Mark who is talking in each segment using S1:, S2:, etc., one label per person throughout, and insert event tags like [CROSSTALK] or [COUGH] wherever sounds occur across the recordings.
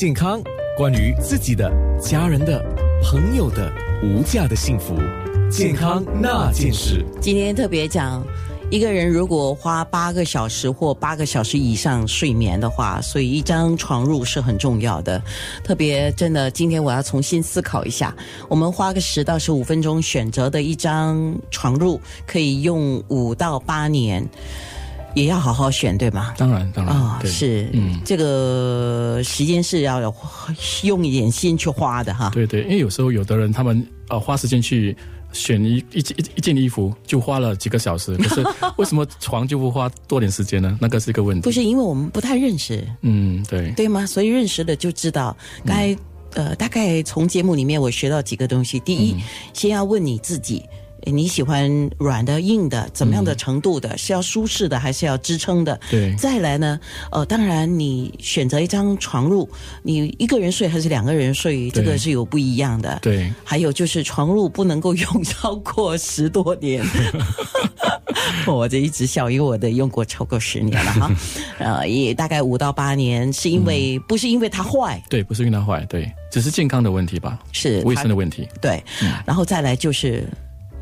S1: 健康，关于自己的、家人的、朋友的无价的幸福，健康那件事。
S2: 今天特别讲，一个人如果花八个小时或八个小时以上睡眠的话，所以一张床褥是很重要的。特别真的，今天我要重新思考一下，我们花个十到十五分钟选择的一张床褥，可以用五到八年，也要好好选，对吗？
S3: 当然，当然
S2: 啊、
S3: 对嗯
S2: 是，这个时间是要有用一点心去花的哈。
S3: 对对，因为有时候有的人他们呃花时间去选一一件一一件衣服，就花了几个小
S1: [LAUGHS]
S3: 时，可是为什么床就不花多点时间呢？那个是一个问题。
S2: 不，是因为我们不太认识，
S3: 嗯，对，
S2: 对吗？所以认识了就知道
S3: 嗯
S2: 该、呃，大概从节目里面我学到几个东西。第
S3: 嗯
S2: 一，先要问你自己。诶你喜欢软的、硬的，怎么样的程度的？是要舒适的，还是要支撑的？
S3: 嗯对
S2: 再来呢，呃，当然你选择一张床褥，你一个人睡还是两个人睡，这
S3: 对
S2: 个是有不一样的。
S3: 对
S2: 还有就是床褥不能够用超过十多
S3: [LAUGHS]
S2: 年，我这一直笑，因为我的用过超过十年
S3: [LAUGHS]
S2: 了哈，呃，也大概五到八年，是因为、
S3: 嗯
S2: 不是因为它坏，
S3: 对，不是运动坏，对，只是健康的问题吧，
S2: 是
S3: 卫
S2: 它
S3: 生的问题。
S2: 对，然后再来就是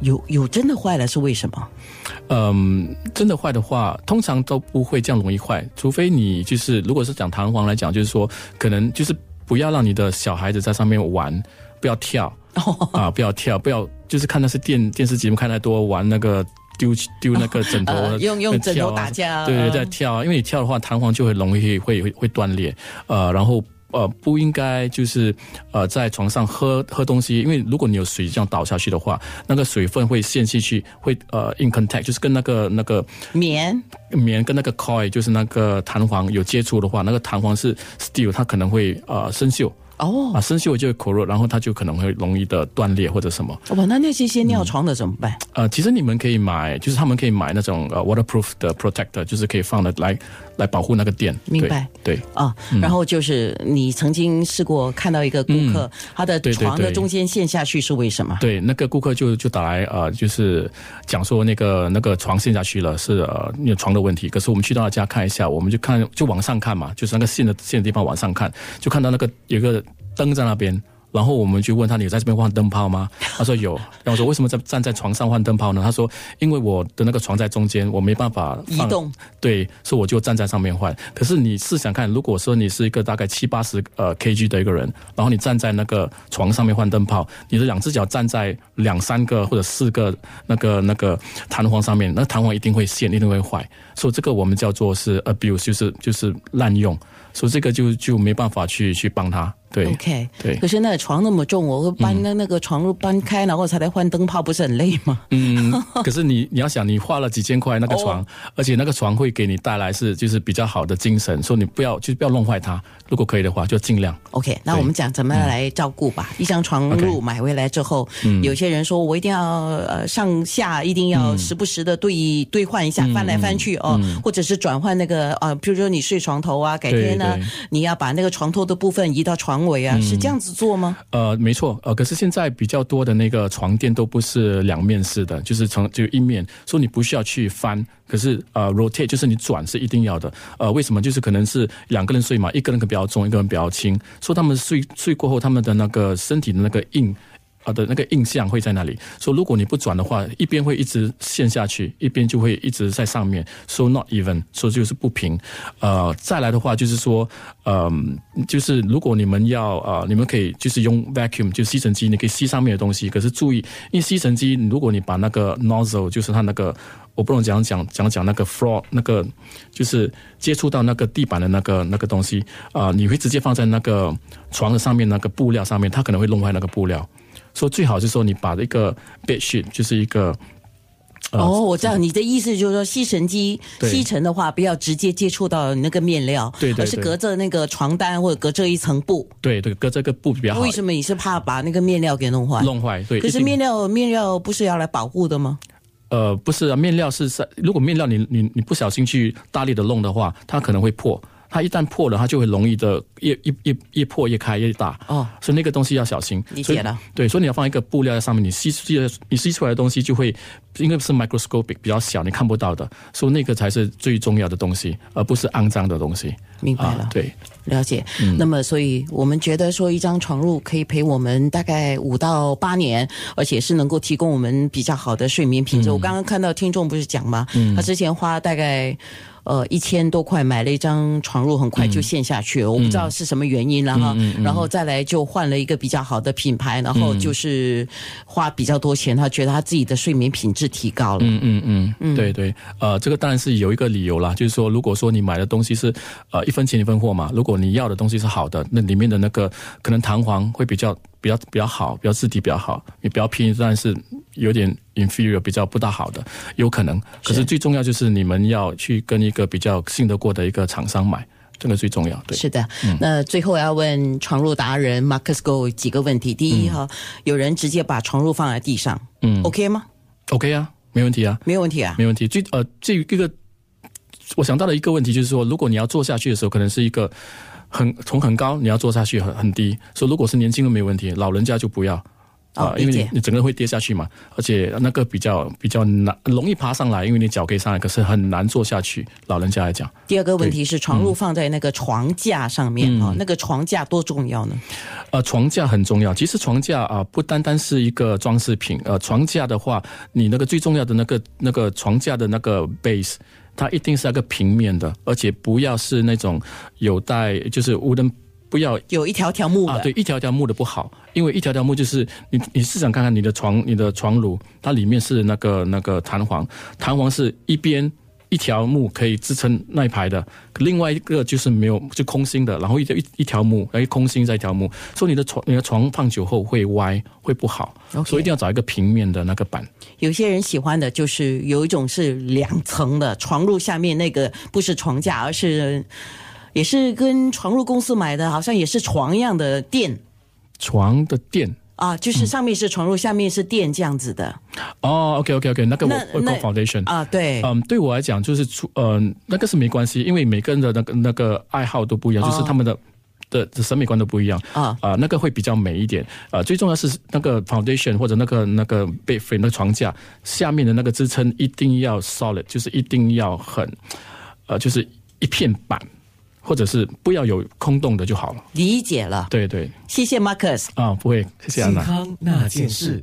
S2: 有有真的坏了是为什么？ [LAUGHS]
S3: 嗯，真的坏的话，通常都不会这样容易坏，除非你就是，如果是讲弹簧来讲，就是说，可能就是不要让你的小孩子在上面玩，不要
S2: [LAUGHS]
S3: 跳啊，不要跳，不要就是看那些电电视节目看太多，玩那个丢丢那个枕头，
S2: 呃用用
S3: 在
S2: 枕头
S3: 跳啊
S2: 打架
S3: 对对，
S2: 嗯
S3: 在跳啊，因为你跳的话，弹簧就会容易会会会断裂，呃，然后。呃，不应该就是呃，在床上喝喝东西，因为如果你有水这样倒下去的话，那个水分会陷进去，会呃 in contact，就是跟那个那个
S2: 棉
S3: 棉跟那个 coil，就是那个弹簧有接触的话，那个弹簧是 steel，它可能会呃生锈
S2: 哦，
S3: 啊，生锈就会 corrode，然后它就可能会容易的断裂或者什么。
S2: 哇，那那些些尿床的怎么办？
S3: 呃，其实你们可以买，就是他们可以买那种呃 waterproof 的 protector，就是可以放的来来保护那个电。
S2: 明白
S3: 对？对，
S2: 啊，然后就是你曾经试过看到一个顾客，他的
S3: 嗯对对
S2: 床的
S3: 对
S2: 中间陷下去是为什么？
S3: 对，那个顾客就就打来呃，就是讲说那个那个床陷下去了，是呃那个床的问题。可是我们去到他家看一下，我们就看就往上看嘛，就是那个线的线的地方往上看，就看到那个有一个灯在那边。然后我们就问他：“你有在这边换灯泡吗？”他说有。然后我说：“为什么在站在床上换灯泡呢？”他说：“因为我的那个床在中间，我没办法
S2: 移
S3: 放
S2: 动
S3: 对，所以我就站在上面换。可是你试想看，如果说你是一个大概七八十呃 kg 的一个人，然后你站在那个床上面换灯泡，你的两只脚站在两三个或者四个那个那个弹簧上面，那弹簧一定会陷，一定会坏。所以这个我们叫做是 abuse，就是就是滥用。所以这个就就没办法去去帮他。对
S2: OK，
S3: 对
S2: 可是那床那么重，我会搬那那个床褥搬开，然后才来换灯泡，不是很累吗？
S3: 嗯，可是你你要想，你花了几千块那个床，而且那个床会给你带来是就是比较好的精神，所以你不要就不要弄坏它。如果可以的话，就尽量。
S2: OK，那我们讲怎么来照顾吧。
S3: 嗯
S2: 一张床褥
S3: OK
S2: 买回来之后，有些人说我一定要呃上下一定要时不时的对、
S3: 嗯
S2: 对换一下，翻来翻去哦，或者是转换那个啊，比如说你睡床头啊，改天呢、
S3: 对对嗯
S2: 你要把那个床头的部分移到床尾啊，是这样子做吗？
S3: 呃，没错，呃，可是现在比较多的那个床垫都不是两面式的，就是从就一面，所以你不需要去翻。可是呃，rotate 就是你转是一定要的。呃，为什么？就是可能是两个人睡嘛，一个人可比较重，一个人比较轻，所以他们睡睡过后，他们的那个身体的那个硬。啊的那个印象会在那里，所以如果你不转的话，一边会一直陷下去，一边就会一直在上面，so not even，所、以就是不平。呃，再来的话就是说，嗯、就是如果你们要呃，你们可以就是用 vacuum，就吸尘机，你可以吸上面的东西，可是注意，因为吸尘机如果你把那个 nozzle，就是它那个。我不懂讲讲讲讲那个 floor 那个，就是接触到那个地板的那个那个东西啊、你会直接放在那个床的上面那个布料上面，它可能会弄坏那个布料。说最好是说你把一个 bed sheet，就是一个呃
S2: 哦，我知道你的意思就是说，吸尘机
S3: 对
S2: 吸尘的话，不要直接接触到那个面料，
S3: 对对对
S2: 而是隔着那个床单或者隔着一层布。
S3: 对对，搁这个布比较好
S2: 为什么你是怕把那个面料给弄坏？
S3: 弄坏。对，
S2: 可
S3: 一
S2: 是
S3: 定
S2: 面料面料不是要来保护的吗？
S3: 呃不是啊，面料是在如果面料你你你不小心去大力的弄的话，它可能会破。它一旦破了，它就会容易的越越越越破越开越大。
S2: 哦，
S3: 所以那个东西要小心。
S2: 理
S3: 所以
S2: 解了。
S3: 对，所以你要放一个布料在上面，你吸出的你吸出来的东西就会，因为是 microscopic 比较小，你看不到的，所以那个才是最重要的东西，而不是肮脏的东西。
S2: 明白了
S3: 啊，对，
S2: 了解。那么，所以我们觉得说，一张床褥可以陪我们大概五到八年，而且是能够提供我们比较好的睡眠品质。我刚刚看到听众不是讲吗？他之前花大概。呃，一千多块买了一张床褥，很快就陷下去了。我不知道是什么原因了哈。然后再来就换了一个比较好的品牌，然后就是花比较多钱，他觉得他自己的睡眠品质提高了。
S3: 嗯嗯嗯，对对，呃，这个当然是有一个理由啦，就是说，如果说你买的东西是呃一分钱一分货嘛，如果你要的东西是好的，那里面的那个可能弹簧会比较比较比较好，比较质地比较好，也比较便宜，但是有点 inferior 比较不大好的，有可能。可是最重要就是你们要去跟一个比较信得过的一个厂商买，这个最重要。对，嗯
S2: 是的，那最后要问床褥达人 Marcus Go 几个问题。第一
S3: 嗯
S2: 哈，有人直接把床褥放在地上，嗯，OK 吗？
S3: OK 啊，没问题啊。
S2: 没有问题啊。
S3: 没问题。最呃，这一个我想到的一个问题就是说，如果你要做下去的时候，可能是一个很从很高你要做下去很很低，所以如果是年轻人没问题，老人家就不要。
S2: 哦
S3: 啊，因为
S2: 理
S3: 你
S2: 解
S3: 你整个人会跌下去嘛，而且那个比较比较难，容易爬上来，因为你脚可以上来，可是很难坐下去。老人家来讲，
S2: 第二个问题是床褥放在那个床架上面
S3: 嗯
S2: 啊、那个床架多重要呢？
S3: 呃，床架很重要。其实床架啊、不单单是一个装饰品。呃，床架的话，你那个最重要的那个那个床架的那个 base，它一定是那个平面的，而且不要是那种有带就是 wooden，不要
S2: 有一条条木
S3: 啊，
S2: 板，
S3: 对，一条条木的不好，因为一条条木就是你，你试想看看你的床，你的床褥，它里面是那个那个弹簧，弹簧是一边一条木可以支撑那一排的，另外一个就是没有就空心的，然后一条一一条木，然后空心再一条木，所以你的床你的床放久后会歪，会不好
S2: OK
S3: 所以一定要找一个平面的那个板。
S2: 有些人喜欢的就是有一种是两层的床褥，下面那个不是床架，而是也是跟床褥公司买的，好像也是床一样的垫
S3: 床的垫
S2: 啊，
S3: 嗯
S2: 就是上面是床褥，下面是垫这样子的
S3: 哦，OK OK OK，那个我
S2: 那
S3: 我 go
S2: 那
S3: foundation
S2: 啊，对，
S3: 嗯，对我来讲就是出，嗯、那个是没关系，因为每个人的那个那个爱好都不一样，就是他们的。的的审美观都不一样
S2: 啊
S3: 啊、那个会比较美一点啊、最重要是那个 foundation 或者那个那个被 frame 那个床架下面的那个支撑一定要 solid，就是一定要很呃，就是一片板，或者是不要有空洞的就好了。
S2: 理解了，
S3: 对对
S2: 谢谢 Marcus。
S3: 啊、不会，谢谢安
S1: 健
S3: 娜。
S1: 康那件事。